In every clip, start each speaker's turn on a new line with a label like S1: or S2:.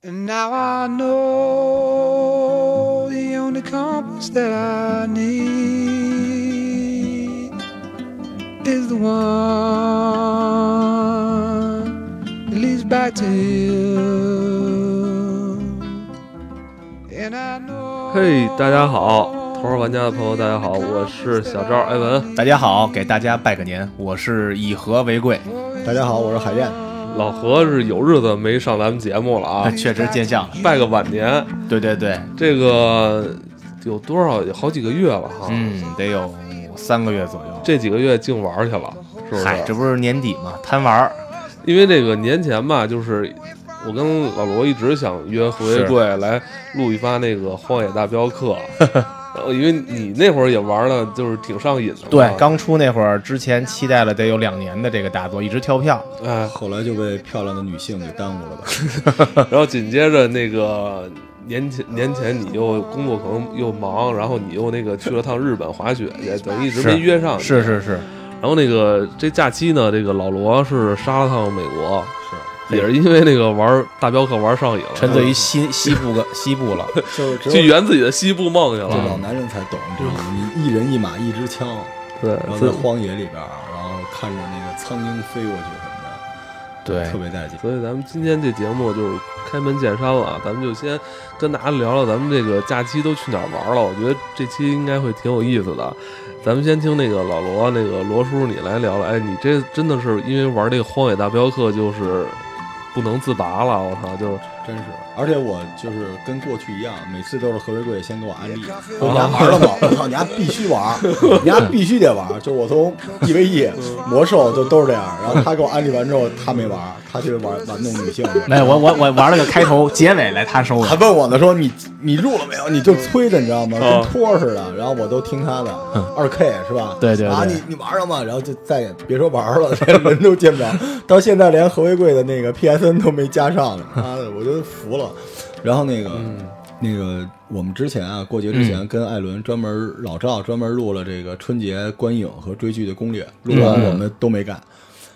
S1: And now I know the only compass that I need is the one that leads back to you. And I know.
S2: 嘿大家好头号玩家的朋友大家好我是小赵艾文
S3: 大家好，给大家拜个年，我是以和为贵，
S2: 嗯
S4: 大家好我是海燕
S2: 老何是有日子没上咱们节目了啊，
S3: 确实见效了。
S2: 拜个晚年。
S3: 对对对，
S2: 这个有多少？有好几个月了哈。
S3: 嗯，得有三个月左右。
S2: 这几个月净玩去了，是不
S3: 嗨，这
S2: 是？
S3: 不是年底嘛，贪玩儿。
S2: 因为这个年前吧，就是我跟老罗一直想约何为贵来录一发那个《荒野大镖 客》呃，因为你那会儿也玩的，就是挺上瘾的嘛。
S3: 对，刚出那会儿之前，期待了得有两年的这个大作，一直跳票。
S2: 哎，
S4: 后来就被漂亮的女性给耽误了吧？
S2: 然后紧接着那个年前年前你又工作可能又忙，然后你又那个去了趟日本滑雪去，等于一直没约上。
S3: 是。是是，
S2: 然后那个这假期呢，这个老罗是杀了趟美国，
S3: 是
S2: 也是因为那个玩大镖客玩上瘾了，
S3: 沉醉于 西西部个西部了。
S4: 就是只
S2: 去
S4: 有
S2: 圆自己的西部梦去
S4: 这老
S2: 了。
S4: 男人才懂，这种你一人一马一支枪，
S2: 对，
S4: 然后
S2: 所
S4: 在
S2: 以
S4: 荒野里边儿，然后看着那个苍鹰飞过去什么
S3: 对
S4: 的，特，别带劲。
S2: 所以咱们今天这节目就是开门见山了啊，咱们就先跟大家聊聊咱们这个假期都去哪儿玩了。我觉得这期应该会挺有意思的。咱们先听那个老罗，那个罗叔你来聊聊。哎，你这真的是因为玩这个《荒野大镖客》就是不能自拔了，我操，就是
S4: 真是，而且我就是跟过去一样，每次都是何为贵先给我安利， 说你家玩了吗？我操，你家必须玩， 你家必须得玩。就是我从 EVE 魔兽就都是这样，然后他给我安利完之后，他没玩，他去玩玩弄女性去了。
S3: 没有我我我玩了个开头，结尾来他收
S4: 还
S3: 的。
S4: 问我呢，说你你入了没
S2: 嗯
S4: 有？你就催着，你知道吗？
S3: 嗯
S4: 跟托似的。然后我都听他的，二 K 是吧？
S3: 对对对
S4: 啊，你你玩上吧，然后就再也别说玩了， 连人都见不着。到现在连何为贵的那个 PSN 都没加上，
S3: 嗯
S4: 妈的，我就服了。然后那个。那个，我们之前啊，过节之
S3: 嗯
S4: 前跟艾伦专门老赵专门录了这个春节观影和追剧的攻略，录完
S3: 嗯
S4: 我们都没干，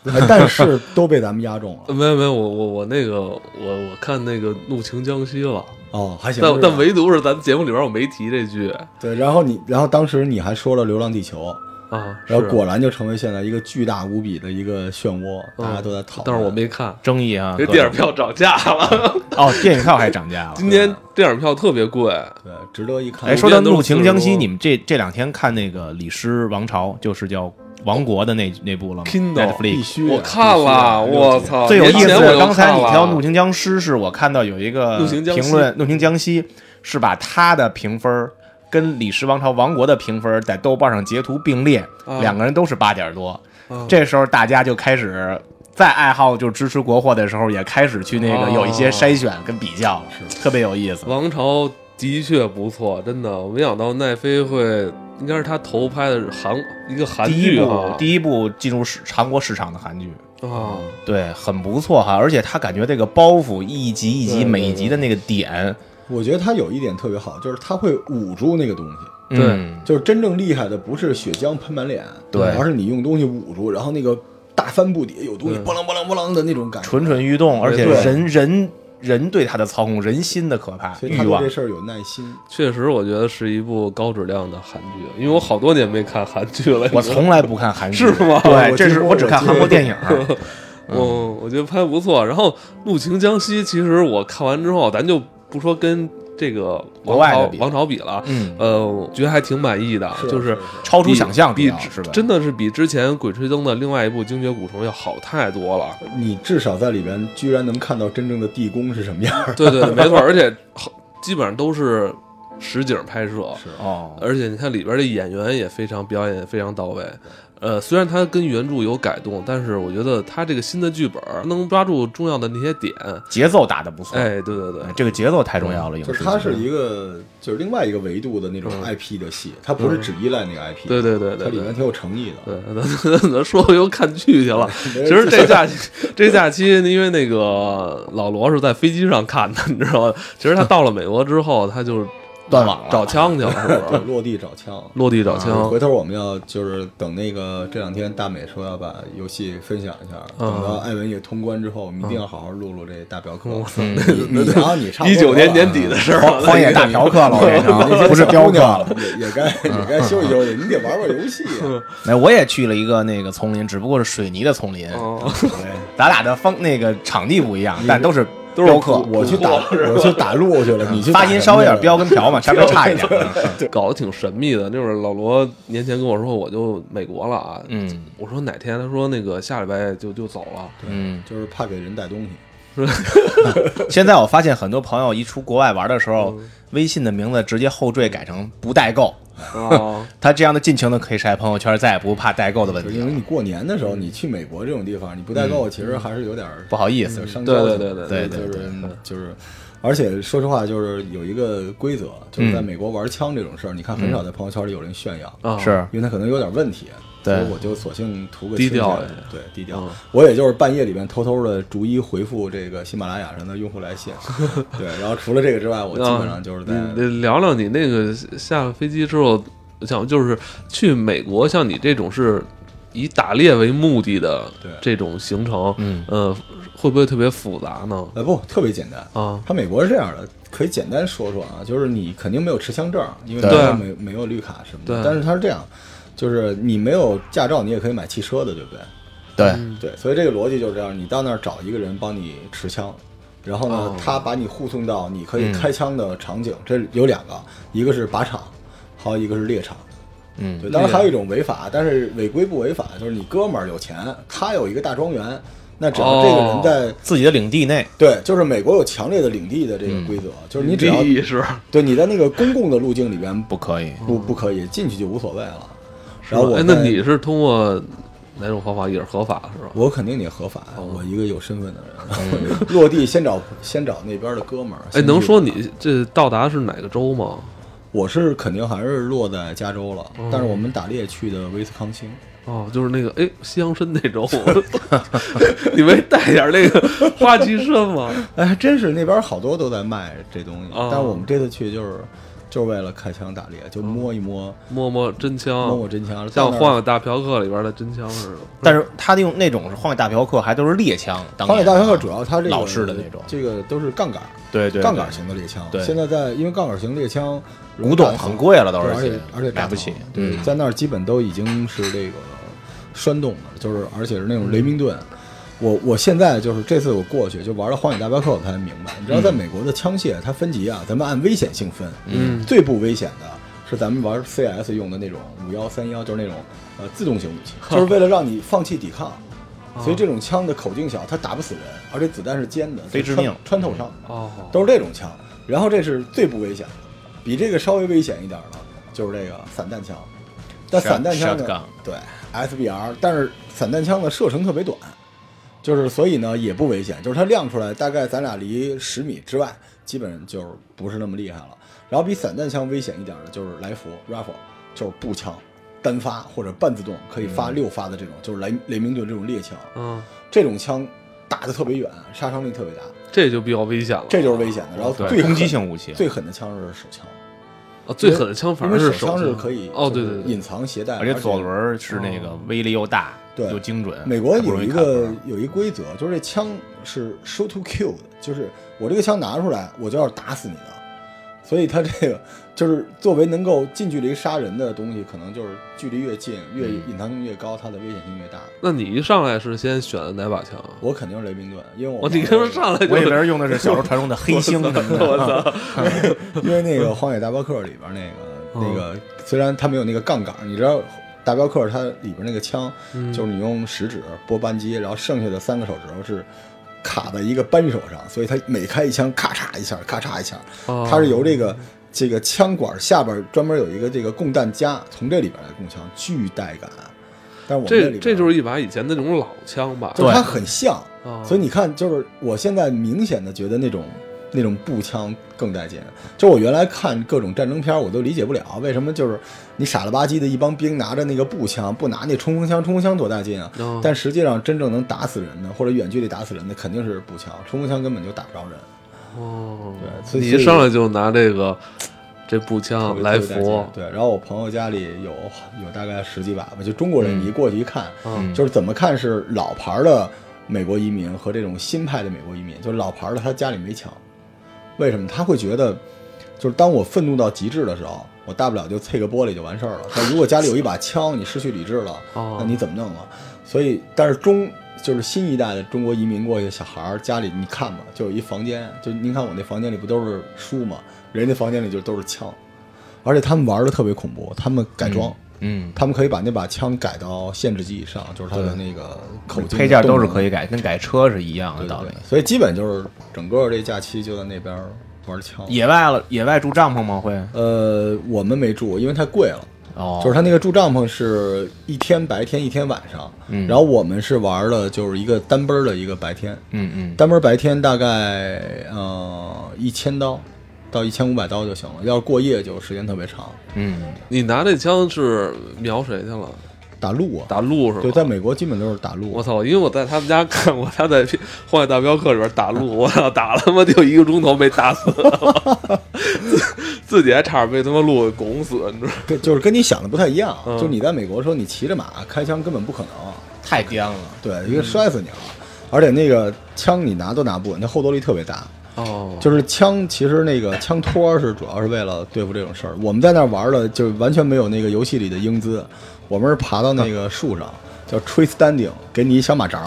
S4: 哎但是都被咱们压中了。
S2: 没有没有，我我我那个我我看那个《怒晴江西》了，
S4: 哦，还行。
S2: 但
S4: 是吧
S2: 但唯独是咱节目里边我没提这句
S4: 对，然后你，然后当时你还说了《流浪地球》，
S2: 啊，
S4: 然后
S2: 是
S4: 果然就成为现在一个巨大无比的一个漩涡，
S2: 嗯
S4: 大家都在讨论。
S2: 但是我没看，
S3: 争议啊，
S2: 这
S3: 各
S2: 电影
S3: 种
S2: 票涨价
S4: 啊
S2: 了，
S3: 哦，电影票还涨价了。
S2: 今天电影票特别贵，
S4: 对，值得一看。
S3: 哎，说到《
S2: 普遍都是
S3: 怒晴江西
S2: 40多》，
S3: 你们这这两天看那个《李师王朝》，就是叫《王国》的那那部了吗
S2: Kindle
S3: ？Netflix
S4: 必须啊
S2: 我看了，我！操！
S3: 最有意思
S2: 哦年前我
S3: 的，
S2: 就
S3: 刚才你提
S2: 看
S3: 到《
S2: 了
S3: 怒晴江西》，是我看到有一个
S2: 怒晴江西
S3: 评论，《怒晴江西》是把他的评分儿跟《李氏王朝王国》的评分儿在豆瓣上截图并列，
S2: 啊
S3: 两个人都是八点多。
S2: 啊
S3: 这时候大家就开始在爱好就支持国货的时候，也开始去那
S2: 哦
S3: 个有一些筛选跟比较了，特别有意思。
S2: 王朝的确不错，真的，我没想到奈飞会，应该是他头拍的韩一个韩
S3: 第一
S2: 剧
S3: 部
S2: 哈，
S3: 第一部进入市韩国市场的韩剧，
S2: 啊，
S3: 对，很不错哈。而且他感觉这个包袱一集一
S2: 对
S3: 集，
S2: 对
S3: 每一集的那个点，
S4: 我觉得它有一点特别好，就是它会捂住那个东西。
S2: 对
S3: 嗯
S4: 就是真正厉害的不是血浆喷满脸，
S3: 对
S4: 而是你用东西捂住，然后那个大帆布底下有东西
S2: 对
S4: 波浪波浪波浪的那种感觉。
S3: 蠢蠢欲动，而且
S4: 对
S3: 人人人对他的操控，人心的可怕
S4: 所以
S3: 欲
S4: 他对
S3: 望
S4: 这。事儿有耐心。
S2: 确实我觉得是一部高质量的韩剧，因为我好多年没看韩剧了，
S3: 我从来不看韩剧，
S2: 是吗
S3: 对，
S4: 我
S3: 这
S4: 几
S3: 是
S4: 乎
S3: 我只看
S4: 我几乎
S3: 韩国电影。
S2: 嗯，我觉得拍得不错。然后《怒晴江西》，其实我看完之后，咱就不说跟这个
S3: 国
S2: 王
S3: 外的
S2: 朝
S3: 比
S2: 王朝比了，
S3: 嗯，
S2: 呃，我觉得还挺满意的，就是是
S3: 超出
S2: 比
S3: 想象
S2: 比
S3: 比较是吧？
S2: 真的是比之前《鬼吹灯》的另外一部《精绝古虫》要好太多了。
S4: 你至少在里边居然能看到真正的地宫是什么样儿。
S2: 对对，没错，而且好基本上都是实景拍摄，
S3: 哦，
S2: 而且你看里边的演员也非常表演也非常到位。呃，虽然它跟原著有改动，但是我觉得它这个新的剧本能抓住重要的那些点。
S3: 节奏打的不错，
S2: 哎，对对对，
S3: 这个节奏太重要了。
S4: 就是
S3: 影视
S4: 它
S3: 剧
S4: 是一个，就是另外一个维度的那种 IP 的戏，它不是只依赖那个
S2: 嗯
S4: IP，
S2: 对对对对
S4: 它里面挺有诚意的。
S2: 对，咱咱咱说又看剧去了。
S4: 没人
S2: 其实这假期这假期，因为那个老罗是在飞机上看的，你知道吗？其实他到了美国之后，他就
S3: 断网了。
S2: 找枪去了是
S4: 对，
S2: 吧？
S4: 落地找枪。嗯
S2: 落地找枪，
S4: 回头我们要就是等那个这两天大美说要把游戏分享一下，
S2: 嗯
S4: 等到艾文也通关之后，我们一定要好好录录这大镖客。 嗯你然后你差不多
S2: 一九年
S4: 了
S2: 年底 的事儿
S3: 荒
S2: 了，
S3: 荒野大嫖客了，我跟你说，不是镖客了。
S4: 也也该
S2: 嗯
S4: 也该休息休息，你得玩玩游戏啊。
S3: 哎，我也去了一个那个丛林，只不过是水泥的丛林。
S2: 哦
S3: 对，咱俩的方那个场地不一样，但都是
S2: 都是
S3: 镖客。
S4: 我去打
S2: 嗯
S4: 我去打鹿去了，你去打
S3: 发音稍微有点
S4: 什么
S3: 标跟瓢嘛，稍微差 一点。
S4: 嗯
S2: 搞得挺神秘的。那会儿老罗年前跟我说，我就美国了啊。
S3: 嗯
S2: 我说哪天？他说那个下礼拜就就走了。
S3: 嗯
S4: 呀，，就是怕给人带东西。
S3: 现在我发现很多朋友一出国外玩的时候，
S4: 嗯
S3: 微信的名字直接后缀改成不代购，
S2: 啊，
S3: 他这样的尽情的可以晒朋友圈，再也不怕代购的问
S4: 就是
S3: 题
S4: 因为
S3: 了。
S4: 你过年的时候，你去美国这种地方，你不代购，其实还是有点儿
S3: 不好意思
S4: 有，商
S2: 对
S4: 交
S2: 对
S4: 情。
S2: 对对
S3: 对
S4: 就
S3: 对
S4: 是就是，而且说实话，就是有一个规则，就是在美国玩枪这种事儿，你看很少在朋友圈里有人炫耀，
S2: 啊
S3: 是
S4: 因为他可能有点问题。
S3: 对
S4: 所以我就索性图个
S2: 低
S4: 清闲
S2: 调一些
S4: 对低调
S2: 嗯。
S4: 我也就是半夜里面偷偷的逐一回复这个喜马拉雅上的用户来信，对。然后除了这个之外，我基本上就是在
S2: 嗯啊你你聊聊你那个下了飞机之后，想就是去美国，像你这种是以打猎为目的的
S4: 对
S2: 这种行程，
S3: 嗯
S2: 呃，会不会特别复杂呢？
S4: 呃不特别简单
S2: 啊
S4: 它美国是这样的，可以简单说说啊，就是你肯定没有持枪证，因为
S3: 对
S4: 没有没没有绿卡什么
S2: 对
S4: 的。但是它是这样，就是你没有驾照，你也可以买汽车的，对不对？
S3: 对，
S2: 嗯
S4: 对，所以这个逻辑就是这样，你到那儿找一个人帮你持枪。然后呢，
S2: 哦嗯
S4: 他把你护送到你可以开枪的场景，这有两个，一个是靶场，还有一个是猎场。
S3: 嗯
S4: 对，当然还有一种违法，但是违规不违法，就是你哥们儿有钱，他有一个大庄园，那只要这个
S2: 哦
S4: 人在、
S3: 自己的领地内，
S4: 对，就是美国有强烈的领地的这个规则，就是你只要
S2: 利益是
S4: 对你在那个公共的路径里边
S3: 不
S4: 不
S3: 可以。
S4: 不不可以进去就无所谓了。
S2: 是
S4: 然后
S2: 吧？
S4: 我
S2: 哎，那
S4: 在
S2: 你是通过哪种方法也是合法是吧？
S4: 我肯定得合法，我一个有身份的 人，落地先找先找那边的哥们儿。
S2: 哎，
S4: 先
S2: 能
S4: 去
S2: 说你这到达是哪个州吗？
S4: 我是肯定还是落在加州了，但是我们打猎去的威斯康星，
S2: 哦，就是那个哎，西洋参那州， 你没带点那个花旗参吗？
S4: 哎，还真是那边好多都在卖这东西，
S2: 哦
S4: 但是我们这次去就是就是为了开枪打猎，就摸一摸
S2: 摸摸真枪，
S4: 摸摸真枪，
S2: 像《
S4: 到那儿
S2: 荒野大嫖客》里边的真枪似的。
S3: 但是他用那种是荒野大镖客，还都是猎枪。当年啊
S4: 荒野大镖客主要它这个
S3: 老式的那种
S4: 这个都是杠杆，
S3: 对对对
S4: 杠杆型的猎枪。
S3: 对
S4: 现在在因为杠杆型猎枪
S3: 古董很贵了，都
S4: 对
S3: 是
S4: 而且而且
S3: 买
S4: 大
S3: 不
S4: 头
S3: 起。
S4: 对，
S3: 嗯
S4: 在那儿基本都已经是这个栓动了，就是而且是那种
S3: 嗯
S4: 雷明顿。我我现在就是这次我过去就玩了《荒野大镖客》，我才明白，你知道在
S3: 嗯
S4: 美国的枪械它分级啊，咱们按危险性分，
S2: 嗯
S4: 最不危险的是咱们玩 CS 用的那种五幺三幺，就是那种呃自动型武器，就是为了让你放弃抵抗。
S3: 哦
S4: 所以这种枪的口径小，它打不死人，而且子弹是尖的，
S3: 非致
S4: 穿
S3: 命嗯
S4: 穿透伤，
S2: 哦，
S4: 都是这种枪。然后这是最不危险的，比这个稍微危险一点的，就是这个散弹枪。但散弹枪
S3: Shotgun
S4: 呢，对 SBR，但是散弹枪的射程特别短，就是所以呢也不危险，就是它亮出来大概咱俩离十米之外，基本就是不是那么厉害了。然后比散弹枪危险一点的就是来福 rifle，就是步枪，单发或者半自动可以发
S3: 嗯
S4: 六发的这种，就是雷雷明顿这种猎枪，
S2: 嗯，
S4: 这种枪打得特别远，杀伤力特别大，
S2: 这就比较危险了。
S4: 这就是危险的。然后
S2: 对
S4: 最
S3: 哦攻击
S4: 狠
S3: 性武器，
S4: 最狠的枪是手枪，
S2: 啊，最狠的枪反
S4: 因
S2: 而
S4: 为
S2: 是
S4: 手枪是可以
S2: 哦，对
S4: 就是
S2: 对对，
S4: 隐藏携带，
S3: 而且左轮是那个威力又大
S4: 嗯对
S3: 又精准。
S4: 美国
S3: 还不
S4: 有
S3: 容易
S4: 一
S3: 砍分
S4: 个有一规则，就是这枪是 shoot to kill 的，就是我这个枪拿出来，我就要打死你的。所以它这个就是作为能够近距离杀人的东西，可能就是距离越近，越
S3: 嗯
S4: 隐藏性越高，它的危险性越大。
S2: 那你一上来是先选的哪把枪啊？
S4: 我肯定是雷明顿，因为我
S2: 我哦你跟他上来就
S3: 我以为是用的是小时候传说中的黑星什么的。
S4: 因为那个《荒野大镖客》里边那个
S2: 嗯
S4: 那个，虽然它没有那个杠杆，你知道《大镖客》它里边那个枪，
S2: 嗯
S4: 就是你用食指拨扳机，然后剩下的三个手指头是卡在一个扳手上，所以它每开一枪，咔嚓一下，咔嚓一下，
S2: 哦
S4: 它是由这个这个枪管下边专门有一个这个供弹夹，从这里边来供枪，巨带感。但是我们
S2: 这
S4: 里边
S2: 这就是一把以前那种老枪吧？
S4: 就是它
S3: 对
S4: 很像
S2: 哦，
S4: 所以你看，就是我现在明显的觉得那种那种步枪更带劲。就我原来看各种战争片儿，我都理解不了为什么就是你傻了吧唧的一帮兵拿着那个步枪，不拿那冲锋枪，冲锋枪多大劲啊！
S2: 哦
S4: 但实际上真正能打死人的，或者远距离打死人的，肯定是步枪，冲锋枪根本就打不着人。
S2: 哦，
S4: 对所以
S2: 你一上来就拿这个，这步
S4: 特
S2: 枪
S4: 别
S2: 啊来
S4: 特别带劲
S2: 福，
S4: 对，然后我朋友家里有有大概十几把吧，就中国人你一过去一看，
S2: 嗯
S4: 就是怎么看是老牌儿的美国移民和这种新派的美国移民，就是老牌儿的他家里没枪，为什么？他会觉得，就是当我愤怒到极致的时候，我大不了就碎个玻璃就完事儿 了。但如果家里有一把枪，你失去理智了，
S2: 哦
S4: 那你怎么弄啊？所以，但是中就是新一代的中国移民过去的小孩儿家里，你看吧，就有一房间，就您看我那房间里不都是书吗？人家房间里就都是枪，而且他们玩的特别恐怖，他们改装。
S3: 嗯，
S4: 他们可以把那把枪改到限制级以上，就是它的那个口径
S3: 配件都是
S4: 动能
S3: 可以改，跟改车是一样的
S4: 对
S3: 道理
S4: 对。所以基本就是整个这假期就在那边玩枪。
S3: 野外了，野外住帐篷吗？会
S4: 呃，我们没住，因为太贵了。
S3: 哦
S4: 就是他那个住帐篷是一天白天一天晚上，
S3: 嗯
S4: 然后我们是玩的就是一个单奔儿的一个白天，
S3: 嗯嗯
S4: 单奔儿白天大概呃一千刀到一千五百刀就行了，要是过夜就时间特别长。
S3: 嗯，
S2: 你拿这枪是瞄谁去了？
S4: 打鹿啊，
S2: 打鹿是吧？
S4: 对，在美国基本都是打鹿。
S2: 我操！因为我在他们家看过他在《荒野大镖客》里边打鹿，我操，打了他妈得有一个钟头没打死， 自自己还差点被他妈鹿给拱死，你知道吗？
S4: 跟就是跟你想的不太一样，
S2: 嗯
S4: 就是你在美国说你骑着马开枪根本不可能，
S3: 太颠了。
S4: 对，一个摔死你了，而且那个枪你拿都拿不稳，它后坐力特别大。
S2: 哦，
S4: 就是枪，其实那个枪托是主要是为了对付这种事儿。我们在那儿玩的就完全没有那个游戏里的英姿，我们是爬到那个树上，叫 tree standing，给你一小马扎儿，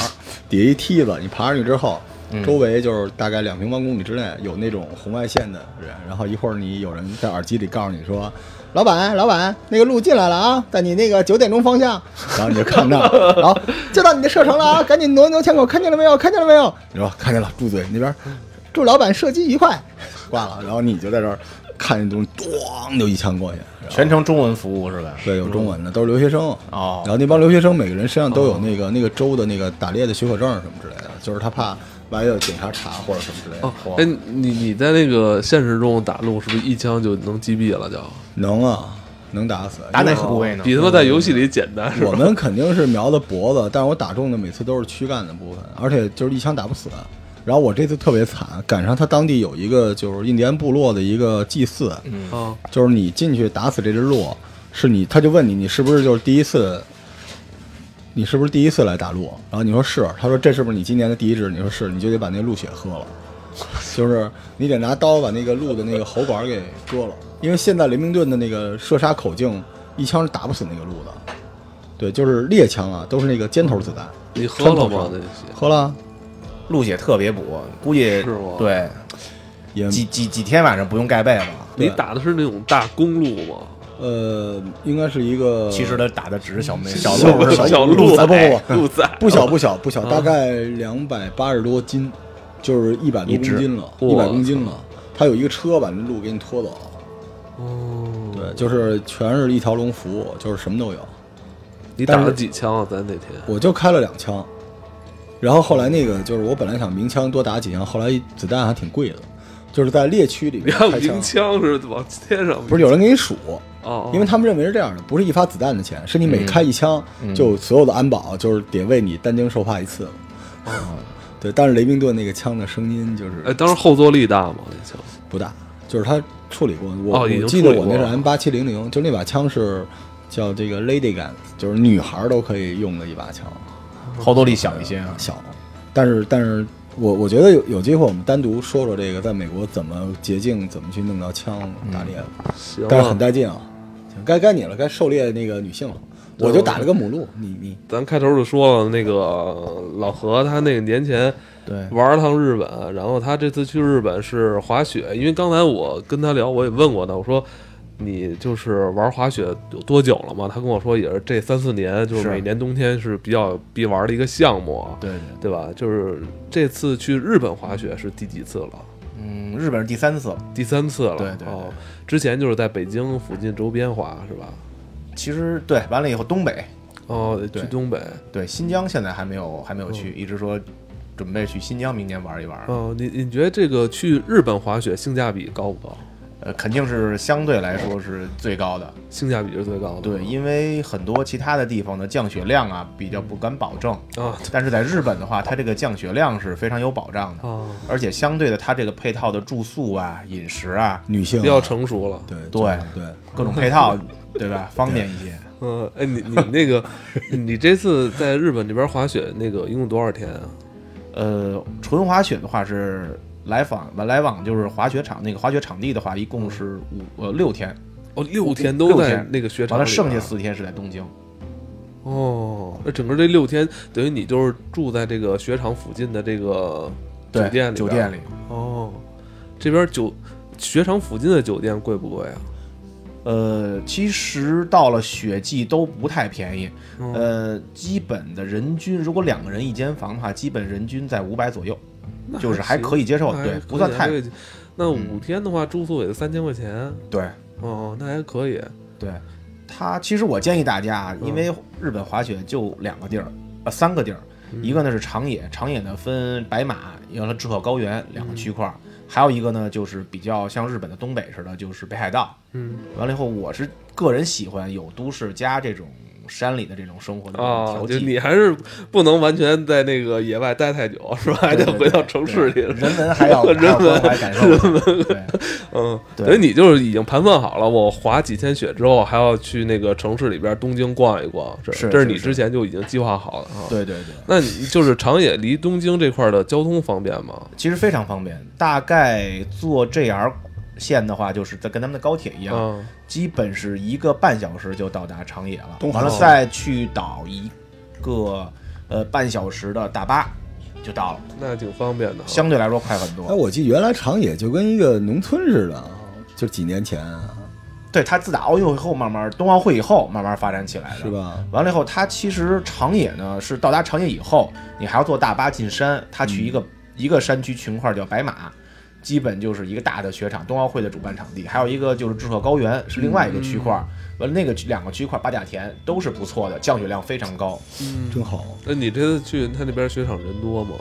S4: 底下一梯子，你爬上去之后，周围就是大概两平方公里之内有那种红外线的人，然后一会儿你有人在耳机里告诉你说。老板，老板，那个鹿进来了啊，在你那个九点钟方向，然后你就看那儿，然后就到你的射程了啊，赶紧挪挪枪口，看见了没有？看见了没有？你说看见了，住嘴！那 边祝老板射击愉快，挂了。然后你就在这儿看见东西，咣就一枪过去。然后
S3: 全程中文服务是吧？
S4: 对，有中文的，都是留学生。
S3: 哦
S4: 然后那帮留学生每个人身上都有那
S2: 哦
S4: 个、那个州的那个打猎的许可证什么之类的，就是他怕万一有警察查或者什么之啊类的。
S2: 哦，哎，你你在那个现实中打鹿是不是一枪就能击毙了就？
S4: 能啊，能打死。
S3: 打哪
S4: 因为
S3: 个部位呢？
S2: 比他妈在游戏里简单是
S4: 我
S2: 吧？
S4: 们肯定是瞄的脖子，但是我打中的每次都是躯干的部分，而且就是一枪打不死。然后我这次特别惨，赶上他当地有一个就是印第安部落的一个祭祀，
S2: 啊，
S4: 就是你进去打死这只鹿，是你，他就问你，你是不是就是第一次，你是不是第一次来打鹿？然后你说是，他说这是不是你今年的第一只？你说是，你就得把那鹿血喝了，就是你得拿刀把那个鹿的那个喉管给割了，因为现在雷明顿的那个射杀口径，一枪是打不死那个鹿的，对，就是猎枪啊，都是那个尖头子弹，
S2: 你喝了吗
S4: 穿？
S2: 那
S4: 透
S2: 些
S4: 喝了啊
S3: 鹿血特别补，估计
S2: 是吗
S3: 对，
S4: 也
S3: 几几几天晚上不用盖被了。
S2: 你
S4: 对
S2: 打的是那种大公鹿吗？
S4: 呃，应该是一个
S3: 其实他打的只是小梅嗯小
S4: 鹿
S3: 鹿，
S4: 小
S2: 小
S4: 鹿
S2: 鹿
S4: 啊不不不
S2: 鹿仔，
S4: 不小不小不小，大概两百八十多斤，就是一百多
S3: 一
S4: 公
S3: 只
S4: 斤了，一
S2: 哇
S4: 百公斤了。他有一个车把那鹿给你拖走了，
S2: 哦，
S4: 对，就是全是一条龙服务，就是什么都有。
S2: 你打
S4: 但
S2: 了
S4: 是
S2: 几枪啊？咱那天
S4: 我就开了两枪，然后后来那个就是我本来想鸣枪多打几枪，后来子弹还挺贵的，就是在猎区里
S2: 你
S4: 面
S2: 看
S4: 开
S2: 鸣
S4: 枪，
S2: 枪是往天上，
S4: 不是有人给你数，
S2: 哦，
S4: 因为他们认为是这样的，不是一发子弹的钱，是你每开一枪，
S3: 嗯
S4: 就所有的安保就是得为你担惊受怕一次。对，但是雷明顿那个枪的声音 就是
S2: 哎，当时后坐力大吗？那枪
S4: 不大，就是他处理过。我、
S2: 哦已经
S4: 我记得
S2: 处理
S4: 我那
S2: 过
S4: 是
S2: 了
S4: M 八七零零，就那把枪是叫这个 Lady Gun，就是女孩儿都可以用的一把枪，
S3: 后坐力小一些啊。
S4: 小。但是，但是我我觉得有有机会我们单独说说这个在美国怎么捷径，怎么去弄到枪打猎，
S2: 嗯行
S4: 但是很
S2: 啊，
S4: 带劲啊！行该该你了，该狩猎那个女性了。
S2: 对
S4: 我就
S2: 我
S4: 打了个母鹿，你你
S2: 咱开头就说了，那个老何他那个年前
S3: 对，
S2: 玩了趟日本，然后他这次去日本是滑雪，因为刚才我跟他聊，我也问过他，我说你就是玩滑雪有多久了嘛？他跟我说也是这三四年，就是
S3: 是
S2: 每年冬天是比较必玩的一个项目啊，
S3: 对对，
S2: 对吧？就是这次去日本滑雪是第几次了？
S3: 嗯，日本是第三次了。
S2: 第三次了，
S3: 对对对
S2: 哦，之前就是在北京附近周边滑是吧？
S3: 其实对，完了以后东北，
S2: 哦，得去
S3: 对
S2: 东北，
S3: 对新疆现在还没有还没有去，一直说
S2: 呃
S3: 准备去新疆明年玩一玩。
S2: 哦，你你觉得这个去日本滑雪性价比高不高？
S3: 呃，肯定是相对来说是最高的。
S2: 性价比是最高的。
S3: 对，因为很多其他的地方的降雪量啊比较不敢保证，
S2: 啊
S3: 但是在日本的话，它这个降雪量是非常有保障的，
S2: 啊，
S3: 而且相对的，它这个配套的住宿啊、饮食啊，
S4: 女性
S2: 比较成熟了。
S4: 对
S3: 对
S4: 对，
S3: 各种配 套，对吧？方便一些。
S2: 嗯，哎，你你那个，你这次在日本那边滑雪，那个一共多少天啊？
S3: 呃，纯滑雪的话是来访来往就是滑雪场那个滑雪场地的话，一共是五呃六天，
S2: 哦，六天都
S3: 六
S2: 在
S3: 天
S2: 那个雪场啊
S3: 完
S2: 里
S3: 了
S2: 边。
S3: 剩下四天是在东京。
S2: 哦，那整个这六天等于你就是住在这个雪场附近的这个酒
S3: 对，
S2: 店里边。
S3: 酒店里
S2: 哦，这边酒雪场附近的酒店贵不贵啊？
S3: 呃，其实到了雪季都不太便宜，
S2: 嗯
S3: 呃，基本的人均，如果两个人一间房的话，基本人均在五百左右，
S2: 那
S3: 就是还可
S2: 以
S3: 以接受，
S2: 那还
S3: 对，
S2: 可
S3: 不算
S2: 以
S3: 太
S2: 还可以那五天的话，住宿也就三千块钱。
S3: 对
S2: 哦，那还可以。
S3: 对。他其实我建议大家啊，因为日本滑雪就两个地
S2: 嗯
S3: 儿，呃，三个地儿，一个呢是长野，长野呢分白马，然后志贺高原两个
S2: 嗯
S3: 区块儿，还有一个呢就是比较像日本的东北似的，就是北海道。
S2: 嗯，
S3: 完了以后，我是个人喜欢有都市加这种山里的这种生活的这种
S2: 哦
S3: 调，
S2: 就
S3: 剂。
S2: 你还是不能完全在那个野外待太久，是吧？还得
S3: 对对
S2: 回到
S3: 对
S2: 城市
S3: 对
S2: 里。
S3: 人文还要
S2: 人文
S3: 还要关怀感受，对
S2: 嗯，
S3: 对
S2: 等于你就是已经盘算好了，我滑几天雪之后还要去那个城市里边东京逛一逛，这
S3: 是
S2: 这是
S3: 是
S2: 你
S3: 是
S2: 之前就已经计划好了啊。，
S3: 对对对，
S2: 那你就是长野离东京这块的交通方便吗？
S3: 其实非常方便。大概坐 JR 线的话，就是在跟咱们的高铁一样，
S2: 嗯，
S3: 基本是一个半小时就到达长野了
S4: 东，海
S3: 完了
S4: 道
S3: 再去倒一个呃半小时的大巴就到了，
S2: 那挺方便的啊。
S3: 相对来说快很
S4: 哎，
S3: 多。
S4: 我记得原来长野就跟一个农村似的，啊就几年前啊
S3: 对，它自打奥运会后慢慢冬奥会以后慢慢发展起来的，
S4: 是？
S2: 嗯
S4: 吧？
S3: 完了以后，它其实长野呢是到达长野以后，你还要坐大巴进山，它
S2: 嗯
S3: 去一个、一个山区群块叫白马，基本就是一个大的雪场，冬奥会的主办场地，还有一个就是志贺高原是另外一个区块，
S2: 嗯
S3: 完了、那个区两个区块八甲田都是不错的，降雪量非常高，
S4: 真好，
S2: 那你这次去他那边雪场人多吗？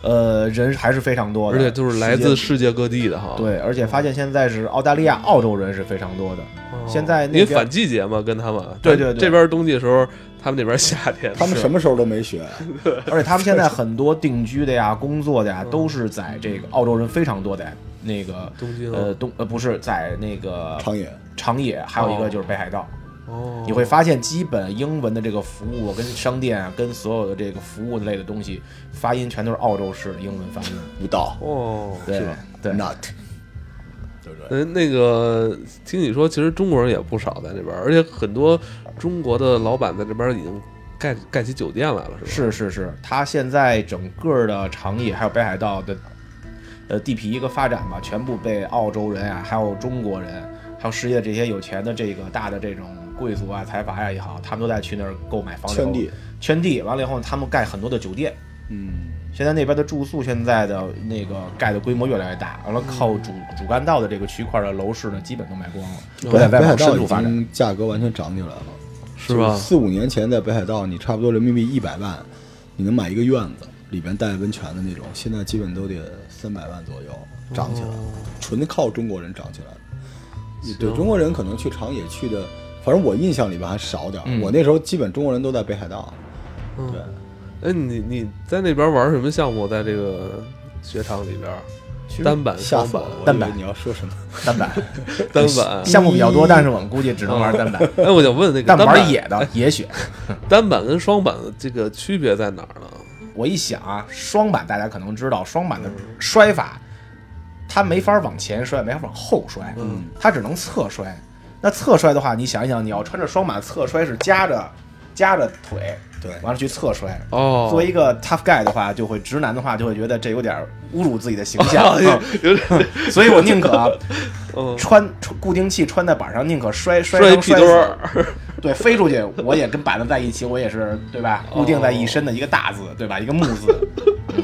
S3: 呃，人还是非常多的，
S2: 而且就是来自
S3: 时
S2: 世界各地的哈。
S3: 间。对，而且发现现在是澳大利亚、澳洲人是非常多的，
S2: 哦，
S3: 现在
S2: 因
S3: 那
S2: 为
S3: 边
S2: 反季节嘛，跟他们
S3: 对对对
S2: 这边冬季的时候，他们那边夏天。
S4: 他们什么时候都没学，
S3: 而且他们现在很多定居的呀、工作的呀，
S2: 嗯
S3: 都是在这个澳洲人非常多的那个
S2: 东京
S3: 呃东呃不是在那个
S4: 长野
S3: 长野，还有一个就是北海道。
S2: 哦，
S3: 你会发现，基本英文的这个服务跟商店啊，跟所有的这个服务类的东西，发音全都是澳洲式的英文发音，
S4: 不到
S2: 哦，
S3: 对对。
S4: ，not，就这样。
S2: 嗯，那个听你说，其实中国人也不少在这边，而且很多中国的老板在这边已经盖盖起酒店来了，是吧？
S3: 是是是，它现在整个的长野还有北海道的，呃地皮一个发展吧，全部被澳洲人啊，还有中国人，还有世界这些有钱的这个大的这种贵族啊、财阀呀、也好，他们都在去那儿购买房子，
S4: 圈地，
S3: 圈地，完了以后他们盖很多的酒店。
S4: 嗯，
S3: 现在那边的住宿现在的那个盖的规模越来越大，完了
S4: 嗯
S3: 靠主主干道的这个区块的楼市呢，基本都卖光 了，都
S4: 北
S3: 在外
S4: 海北海
S3: 往深
S4: 道
S3: 处
S4: 已
S3: 发展。
S4: 经价格完全涨起来了，
S2: 是吧
S4: 四五年前在北海道，你差不多人民币一百万，你能买一个院子，里边带温泉的那种，现在基本都得三百万左右，涨起来了，纯靠中国人涨起来了。对中国人可能去长野去的，反正我印象里边还少点儿。
S3: 嗯
S4: 我那时候基本中国人都在北海道，
S2: 嗯
S4: 对。
S2: 哎，你你在那边玩什么项目？在这个雪场里边，单板、
S4: 吓
S2: 双
S4: 死
S2: 板
S4: 我、了！
S3: 单
S4: 我以为
S3: 板
S4: 你要说什么？
S3: 单 板
S2: 单 板。
S3: 项目比较多，但是我们估计只能玩单板，
S2: 哎，我想问那个
S3: 但
S2: 单板
S3: 玩野的野雪。
S2: 单板跟双板的这个区别在哪儿呢？
S3: 我一想啊，双板大家可能知道，双板的摔法，它没法往前摔，没法往后摔，嗯，它只能侧摔。那侧摔的话，你想一想，你要穿着双板侧摔是夹着夹着腿，
S4: 对
S3: 完了去侧摔。
S2: 哦，
S3: 作为一个 tough guy 的话，就会直男的话，就会觉得这有点侮辱自己的形象，嗯
S2: 啊有点
S3: 所以我宁可啊
S2: 嗯
S3: 穿穿固定器穿在板上，宁可摔摔
S2: 摔一
S3: 成
S2: 屁
S3: 摔
S2: 墩
S3: 死
S2: 儿，
S3: 对，飞出去我也跟板子在一起，我也是对吧？固定在一身的一个大字，对吧？一个木字，嗯，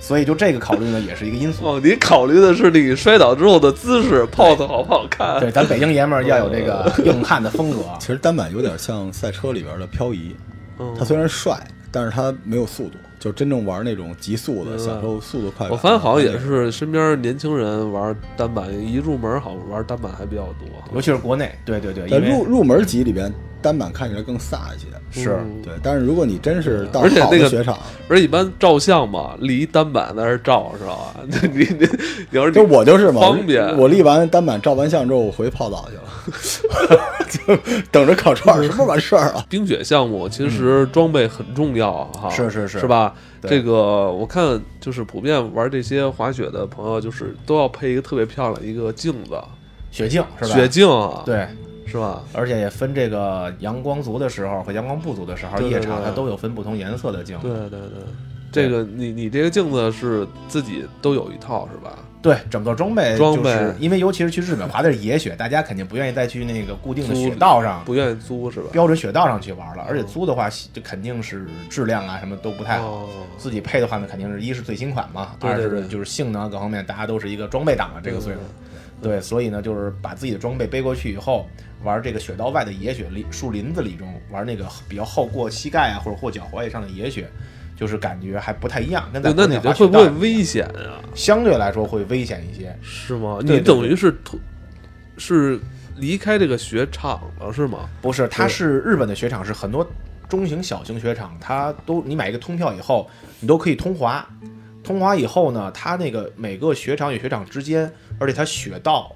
S3: 所以就这个考虑呢，也是一个因素。
S2: 哦，你考虑的是你摔倒之后的姿势，pose 好不好看？
S3: 对，咱北京爷们儿要有这个硬汉的风格。
S4: 其实单板有点像赛车里边的漂移，
S2: 嗯
S4: 它虽然帅，但是它没有速度，就真正玩那种极速的，
S2: 嗯
S4: 享受速度快感。
S2: 我发现好像也是身边年轻人玩单板，一入门好像玩单板还比较多。
S3: 尤其是国内，对对对，
S4: 在
S3: 因
S4: 入
S3: 为
S4: 入门级里边，单板看起来更飒一些。
S3: 是
S2: 嗯
S4: 对，但是如果你真是到
S2: 而且
S4: 好
S2: 那
S4: 的
S2: 个
S4: 雪场，
S2: 而一般照相嘛，离单板在那儿照是吧？ 你你你要是你
S4: 就我就是嘛，
S2: 方便
S4: 我立完单板照完相之后，我回去泡澡去了， 就等着烤串儿，什么完事儿啊？
S2: 冰雪项目其实
S4: 嗯
S2: 装备很重要哈，
S3: 是是是
S2: 是吧？
S3: 对
S2: 这个我看就是普遍玩这些滑雪的朋友，就是都要配一个特别漂亮一个镜子，
S3: 雪镜是吧？
S2: 雪镜啊，，
S3: 对，
S2: 是吧？
S3: 而且也分这个阳光足的时候和阳光不足的时候，
S2: 对对
S3: 夜场
S2: 对
S3: 它都有分不同颜色的镜。
S2: 对对对，这个你你这个镜子是自己都有一套是吧？
S3: 对，整个装备
S2: 装
S3: 就
S2: 备
S3: 是因为尤其是去日本滑的是野雪，大家肯定不愿意再去那个固定的
S2: 租
S3: 雪道上、
S2: 不愿意租是吧？
S3: 标准雪道上去玩了，而且租的话就肯定是质量啊什么都不太好。
S2: 哦，
S3: 自己配的话呢，肯定是一是最新款嘛，
S2: 对对
S3: 二
S2: 对嗯
S3: 是就是性能啊各方面，大家都是一个装备党啊，这个岁数。对，所以呢，就是把自己的装备背过去以后，玩这个雪道外的野雪里树林子里中玩那个比较厚过膝盖啊或者过脚踝以上的野雪，就是感觉还不太一样，跟在
S2: 对那
S3: 国内
S2: 你这
S3: 滑
S2: 会
S3: 雪
S2: 不会
S3: 道
S2: 危险啊？
S3: 相对来说会危险一些。
S2: 是吗？
S3: 对
S2: 你
S3: 对
S2: 等
S3: 对
S2: 于是突是离开这个雪场了是吗？
S3: 不是，它
S2: 对
S3: 是日本的雪场，是很多中型、小型雪场，它都你买一个通票以后，你都可以通滑。通滑以后呢，它那个每个雪场与雪场之间，而且它雪道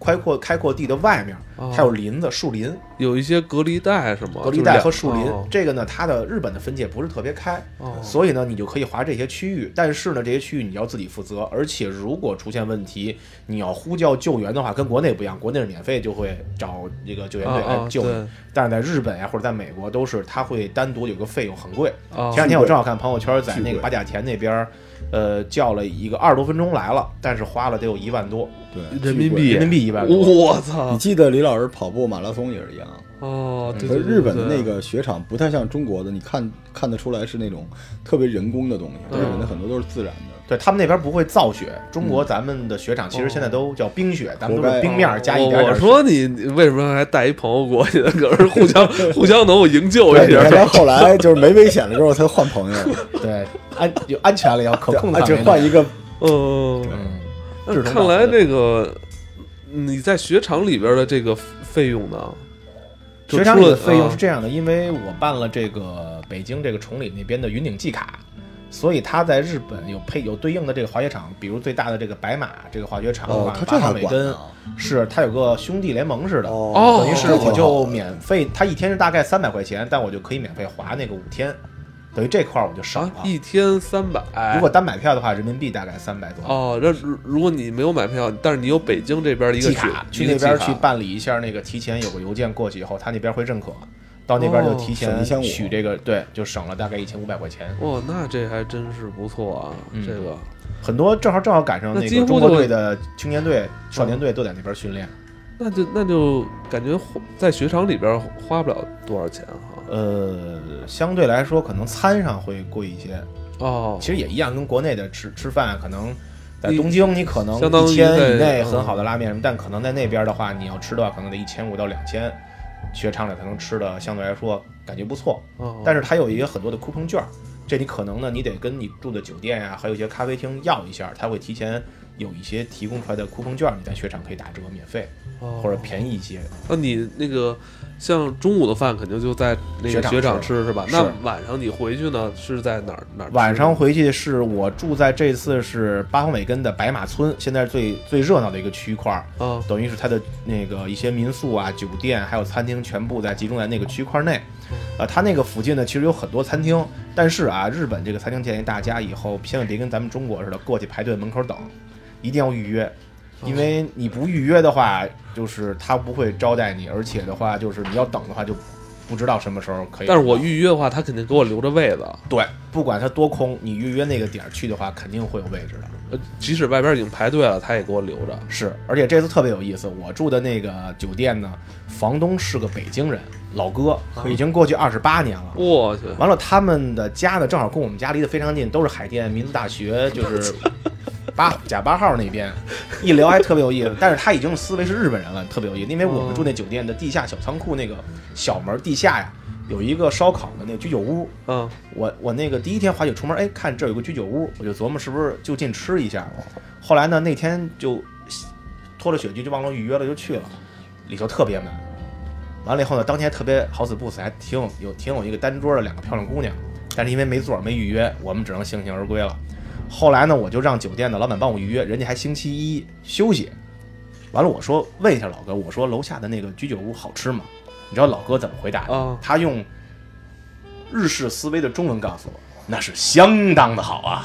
S3: 开阔开阔地的外面，
S2: 哦
S3: 它有林子、树林、
S2: 有一些隔离带是吗？
S3: 隔离带和
S2: 啊就是
S3: 树
S2: 两
S3: 林。
S2: 哦
S3: 这个呢，它的日本的分界不是特别开，
S2: 哦
S3: 所以呢，你就可以划这些区域。但是呢，这些区域你要自己负责，而且如果出现问题，你要呼叫救援的话，跟国内不一样，国内是免费就会找这个救援队
S2: 啊啊
S3: 来救你。
S2: 对
S3: 但是在日本呀、或者在美国都是，它会单独有个费用，很贵。
S2: 啊
S3: 前两天我正好看朋友圈，在那
S4: 巨
S3: 个
S4: 贵
S3: 八甲田那边儿，呃，叫了一个二十多分钟来了，但是花了得有一万多
S4: 对，
S2: 人民币
S3: 人民币一万多。
S2: 我
S4: 你
S2: 操！
S4: 记得李老师跑步马拉松也是一样，啊
S2: 哦，对
S4: 和
S2: 对对
S4: 日本的
S2: 对
S4: 那个雪场不太像中国的，你看看得出来是那种特别人工的东西，
S2: 对
S4: 日本的很多都是自然的。
S3: 对他们那边不会造雪，中国咱们的雪场其实现在都叫冰雪，咱们都
S4: 活
S3: 是
S4: 嗯哦该
S3: 冰面儿加一点点
S2: 哦我
S3: 儿
S2: 我
S3: 雪
S2: 说你你为什么还带一朋友过去？ 可是互 相互相能够营救
S4: 对，
S2: 一
S4: 你看
S2: 下
S4: 他。后来就是没危险了之后，他换朋友，
S3: 对，安有安全了，要可控的
S4: 啊
S3: 范
S4: 就
S3: 围内
S4: 换一个。
S2: 嗯，
S3: 嗯，
S2: 那看来这个你在雪场里边的这个费用呢？就
S3: 雪场
S2: 除
S3: 里
S2: 了
S3: 的费用是
S2: 啊
S3: 这样的，因为我办了这个北京这个崇礼那边的云顶季卡，所以它在日本有配有对应的这个滑雪场，比如最大的这个白马这个滑雪场的
S4: 哦
S3: 话，，
S4: 他这
S3: 八号
S4: 还
S3: 美
S4: 管
S3: 根
S4: 呢？
S3: 是它有个兄弟联盟似的，
S2: 哦
S3: 等于是
S4: 这挺
S3: 我
S4: 好
S3: 就
S4: 的
S3: 免费，它一天是大概三百块钱，但我就可以免费滑那个五天，等于这块儿我就省了。
S2: 啊一天三百。
S3: 如果单买票的话，人民币大概三百多。
S2: 哦，那如如果你没有买票，但是你有北京这边一个
S3: 季
S2: 雪
S3: 卡，
S2: 一
S3: 去
S2: 个
S3: 那边
S2: 季
S3: 去
S2: 卡
S3: 办理一下那个，提前有个邮件过去以后，他那边会认可，到那边就提
S4: 哦
S3: 前
S4: 省1500
S3: 取这个，对，就省了大概一千五百块钱。
S2: 哇，那这还真是不错啊！
S3: 嗯
S2: 这个
S3: 很多正好正好赶上
S2: 那
S3: 那
S2: 几
S3: 个
S2: 乎
S3: 中国
S2: 就嗯
S3: 队的青年队、少年队都在那边训练。
S2: 那就那就感觉花在雪场里边花不了多少钱哈、
S3: 呃，相对来说可能餐上会贵一些，
S2: 哦，
S3: 其实也一样，跟国内的吃吃饭可能。在
S2: 你
S3: 东京，你可能
S2: 相当于
S3: 一千
S2: 在
S3: 以内
S2: 嗯
S3: 很好的拉面什么，但可能在那边的话，你要吃的话，可能得一千五到两千，雪场里才能吃的相对来说感觉不错。
S2: 哦
S3: 但是它有一个很多的 coupon 券儿，这你可能呢，你得跟你住的酒店呀、还有一些咖啡厅要一下，它会提前有一些提供出来的 coupon 券儿，你在雪场可以打折免费
S2: 哦
S3: 或者便宜一些。
S2: 那你那个像中午的饭肯定就在那
S3: 雪
S2: 个
S3: 场
S2: 雪场
S3: 吃
S2: 吃是吧？
S3: 是
S2: 那晚上你回去呢是在哪儿哪儿吃呢？
S3: 晚上回去是我住在这次是八方尾根的白马村，现在是最最热闹的一个区块儿，
S2: 啊
S3: 等于是它的那个一些民宿啊、酒店还有餐厅全部在集中在那个区块内。呃，它那个附近呢，其实有很多餐厅，但是啊，日本这个餐厅建议大家以后千万别跟咱们中国似的过去排队门口等，一定要预约，因为你不预约的话，就是他不会招待你，而且的话就是你要等的话就不知道什么时候可以。
S2: 但是我预约的话，他肯定给我留着位子，
S3: 对，不管它多空，你预约那个点儿去的话，肯定会有位置的。
S2: 呃即使外边已经排队了，他也给我留着。
S3: 是，而且这次特别有意思，我住的那个酒店呢，房东是个北京人，老哥，已经过去二十八年了。
S2: 我去，
S3: 完了，他们的家呢，正好跟我们家离得非常近，都是海淀民族大学，就是 八甲八号那边。一聊还特别有意思，但是他已经思维是日本人了，特别有意思。因为我们住那酒店的地下小仓库那个小门地下呀，有一个烧烤的那个居酒屋，
S2: 嗯
S3: 我我那个第一天滑雪出门，哎，看这有个居酒屋，我就琢磨是不是就近吃一下。后来呢，那天就脱了雪具就忘了预约了，就去了，里头特别满。完了以后呢，当天特别好死不死，还挺有有挺有一个单桌的两个漂亮姑娘，但是因为没座儿没预约，我们只能悻悻而归了。后来呢，我就让酒店的老板帮我预约，人家还星期一休息。完了，我说问一下老哥，我说楼下的那个居酒屋好吃吗？你知道老哥怎么回答的？
S2: 啊
S3: 他用日式思维的中文告诉我，那是相当的好啊！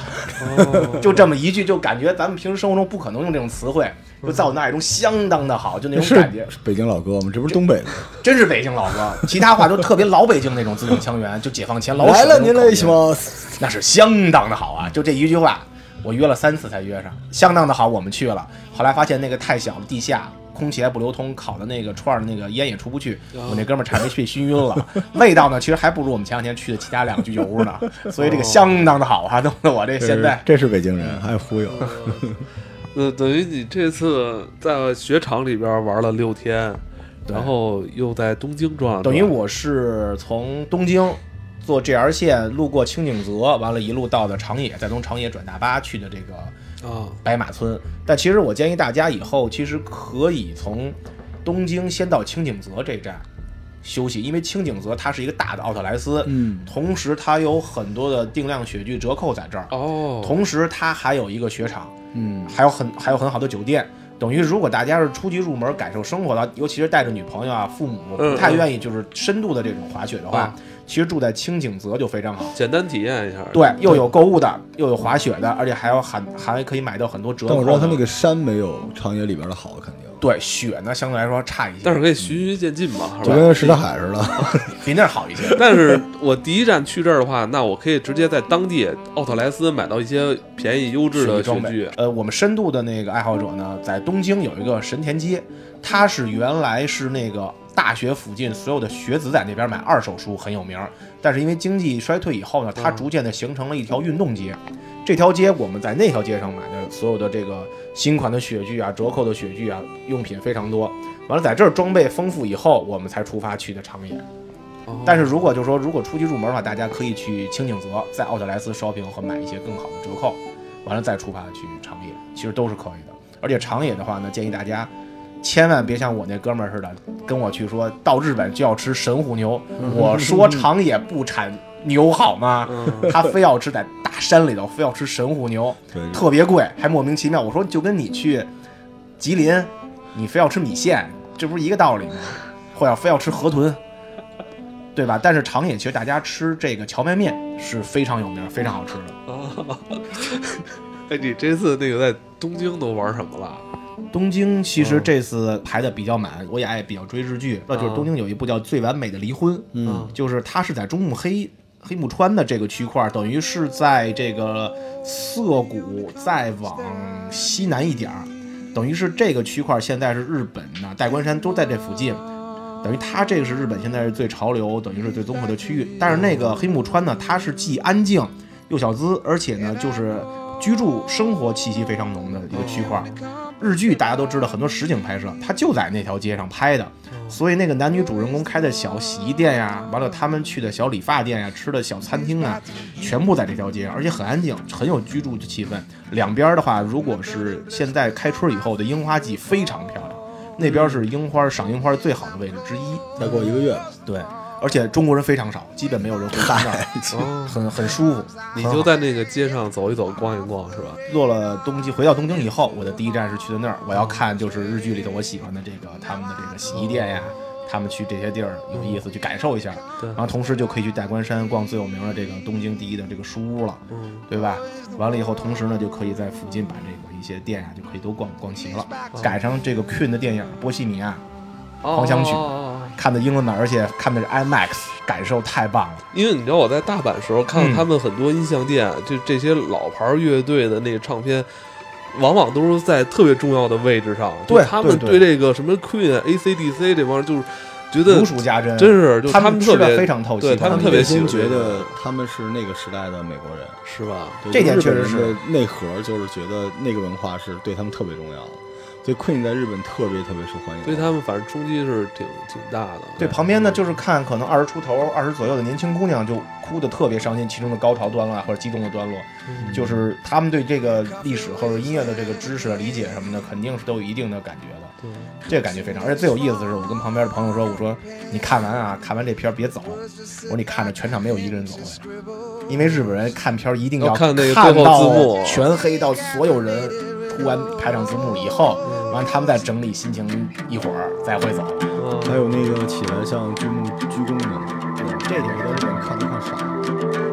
S2: 哦
S3: 就这么一句，就感觉咱们平时生活中不可能用这种词汇，就在我那眼中相当的好，就那种
S4: 是
S3: 感觉，
S4: 是北京老哥吗？这不是东北的。
S3: 真是北京老哥。其他话都特别老北京那种字正腔圆，就解放前老
S4: 来了，
S3: 舍那
S4: 您
S3: 种口
S4: 嘞，
S3: 音
S4: 行吗？死
S3: 那是相当的好啊！就这一句话，我约了三次才约上，相当的好，我们去了。后来发现那个太小了，地下空气还不流通，烤的那个串儿的那个烟也出不去，
S4: 哦
S3: 我那哥们儿差点被熏晕 了。味道呢，其实还不如我们前两天去的其他两个居酒屋呢，所以这个相当的好啊，弄得我这现在
S4: 哦这是北京人，还忽悠。
S2: 呃，等于你这次在雪场里边玩了六天，
S3: 对
S2: 然后又在东京转了转，
S3: 等于我是从东京坐 JR 线路过清景泽，完了一路到的长野，再从长野转大巴去的这个
S2: 啊，
S3: 白马村。但其实我建议大家以后其实可以从东京先到清景泽这站休息，因为清景泽它是一个大的奥特莱斯，
S4: 嗯，
S3: 同时它有很多的定量雪具折扣在这儿，
S2: 哦，
S3: 同时它还有一个雪场，
S4: 嗯，
S3: 还有很还有很好的酒店。等于如果大家是初级入门感受生活的，尤其是带着女朋友啊、父母
S2: 嗯啊
S3: 不太愿意就是深度的这种滑雪的话，其实住在清景泽就非常好。
S2: 简单体验一下，
S3: 对，又有购物的，又有滑雪的，而且还有还还可以买到很多折
S4: 但
S3: 扣
S4: 我
S3: 的。
S4: 知道他那个山没有长野里边的好，肯定
S3: 对雪呢，相对来说差一些，
S2: 但是可以循序渐进嘛，是
S3: 嗯
S4: 就
S2: 吧？
S4: 跟石大海似的。
S3: 比那儿好一些。
S2: 但是我第一站去这儿的话，那我可以直接在当地奥特莱斯买到一些便宜优质
S3: 雪
S2: 的
S3: 具装
S2: 雪
S3: 备
S2: 具，，
S3: 呃，我们深度的那个爱好者呢，在东京有一个神田街，它是原来是那个大学附近所有的学子在那边买二手书很有名儿，但是因为经济衰退以后呢，它
S2: 嗯
S3: 逐渐的形成了一条运动街。这条街我们在那条街上买的所有的这个新款的雪具啊、折扣的雪具啊，用品非常多。完了，在这儿装备丰富以后，我们才出发去的长野。
S2: 哦
S3: 但是如果就是说，如果初级入门的话，大家可以去清景泽，在奥特莱斯 shopping 和买一些更好的折扣，完了再出发去长野，其实都是可以的。而且长野的话呢，建议大家千万别像我那哥们儿似的，跟我去说到日本就要吃神户牛，我说长野不产牛好吗？他非要吃在大山里头，非要吃神户牛，
S4: 对，
S3: 特别贵，还莫名其妙。我说就跟你去吉林，你非要吃米线，这不是一个道理吗？或者非要吃河豚，对吧？但是长野其实大家吃这个荞麦面是非常有名、非常好吃的。
S2: 啊，哎，你这次那个在东京都玩什么了？
S3: 东京其实这次排的比较满，我也爱比较追日剧，那就是东京有一部叫《最完美的离婚》，
S4: 嗯，
S3: 就是它是在中目黑黑木川的这个区块，等于是在这个涩谷再往西南一点儿，等于是这个区块现在是日本呢，代官山都在这附近。等于它这个是日本现在是最潮流，等于是最综合的区域。但是那个黑木川呢，它是既安静又小资，而且呢就是居住生活气息非常浓的一个区块。日剧大家都知道，很多实景拍摄，它就在那条街上拍的，所以那个男女主人公开的小洗衣店呀，完了他们去的小理发店呀，啊吃的小餐厅啊，全部在这条街上，而且很安静，很有居住的气氛。两边的话，如果是现在开春以后的樱花季，非常漂亮。那边是樱花赏樱花最好的位置之一，
S4: 再过一个月，
S3: 对，而且中国人非常少，基本没有人会去那儿，
S2: 哦，
S3: 很很舒服。
S2: 你
S3: 很好
S2: 就在那个街上走一走、逛一逛，是吧？
S3: 做了东京，回到东京以后，我的第一站是去的那儿，我要看就是日剧里头我喜欢的这个他们的这个洗衣店呀，他们去这些地儿有意思，去感受一下。
S2: 对
S3: 然后同时就可以去代官山逛最有名的这个东京第一的这个书屋了，
S2: 嗯，
S3: 对吧？完了以后，同时呢就可以在附近把这个一些店呀、就可以都逛逛齐了。赶上这个 Queen 的电影《波西米亚狂想曲
S2: 哦哦哦
S3: 看的英文版，而且看的是 IMAX，感受太棒了。
S2: 因为你知道我在大阪时候看到他们很多音像店，啊
S3: 嗯
S2: 就这些老牌乐队的那个唱片，往往都是在特别重要的位置上。
S3: 对
S2: 就他们
S3: 对对
S2: 这个什么 Queen、AC/DC 啊这帮人就是觉得
S3: 如数家珍，
S2: 真是就
S3: 他
S2: 们特
S3: 吃
S2: 别
S3: 的非常透
S2: 对
S3: 析，
S2: 他们特
S4: 们
S2: 别
S4: 内
S2: 喜
S4: 心
S2: 欢
S4: 觉
S2: 这个
S4: 得他们是那个时代的美国人。
S2: 是吧？
S4: 对
S3: 这点
S4: 日本
S3: 确实
S4: 人的内核就是觉得那个文化是对他们特别重要的。所以 Queen 在日本特别特别受欢迎。
S2: 对他们反正冲击是挺挺大的。
S3: 对，旁边呢就是看可能二十出头、二十左右的年轻姑娘就哭得特别伤心，其中的高潮段落啊或者激动的段落，就是他们对这个历史或者音乐的这个知识啊、理解什么的，肯定是都有一定的感觉的。
S2: 对，
S3: 这个感觉非常，而且最有意思的是，我跟旁边的朋友说，我说你看完啊，看完这片儿别走，我说你看着全场没有一个人走的，因为日本人看片儿一定
S2: 要看
S3: 看
S2: 那个
S3: 到
S2: 最后字幕
S3: 全黑到所有人突然排上字幕以后，完了他们再整理心情一会儿再会走。
S2: 嗯
S4: 还有那个起来向巨木鞠躬的，这你们在日本看都看傻了。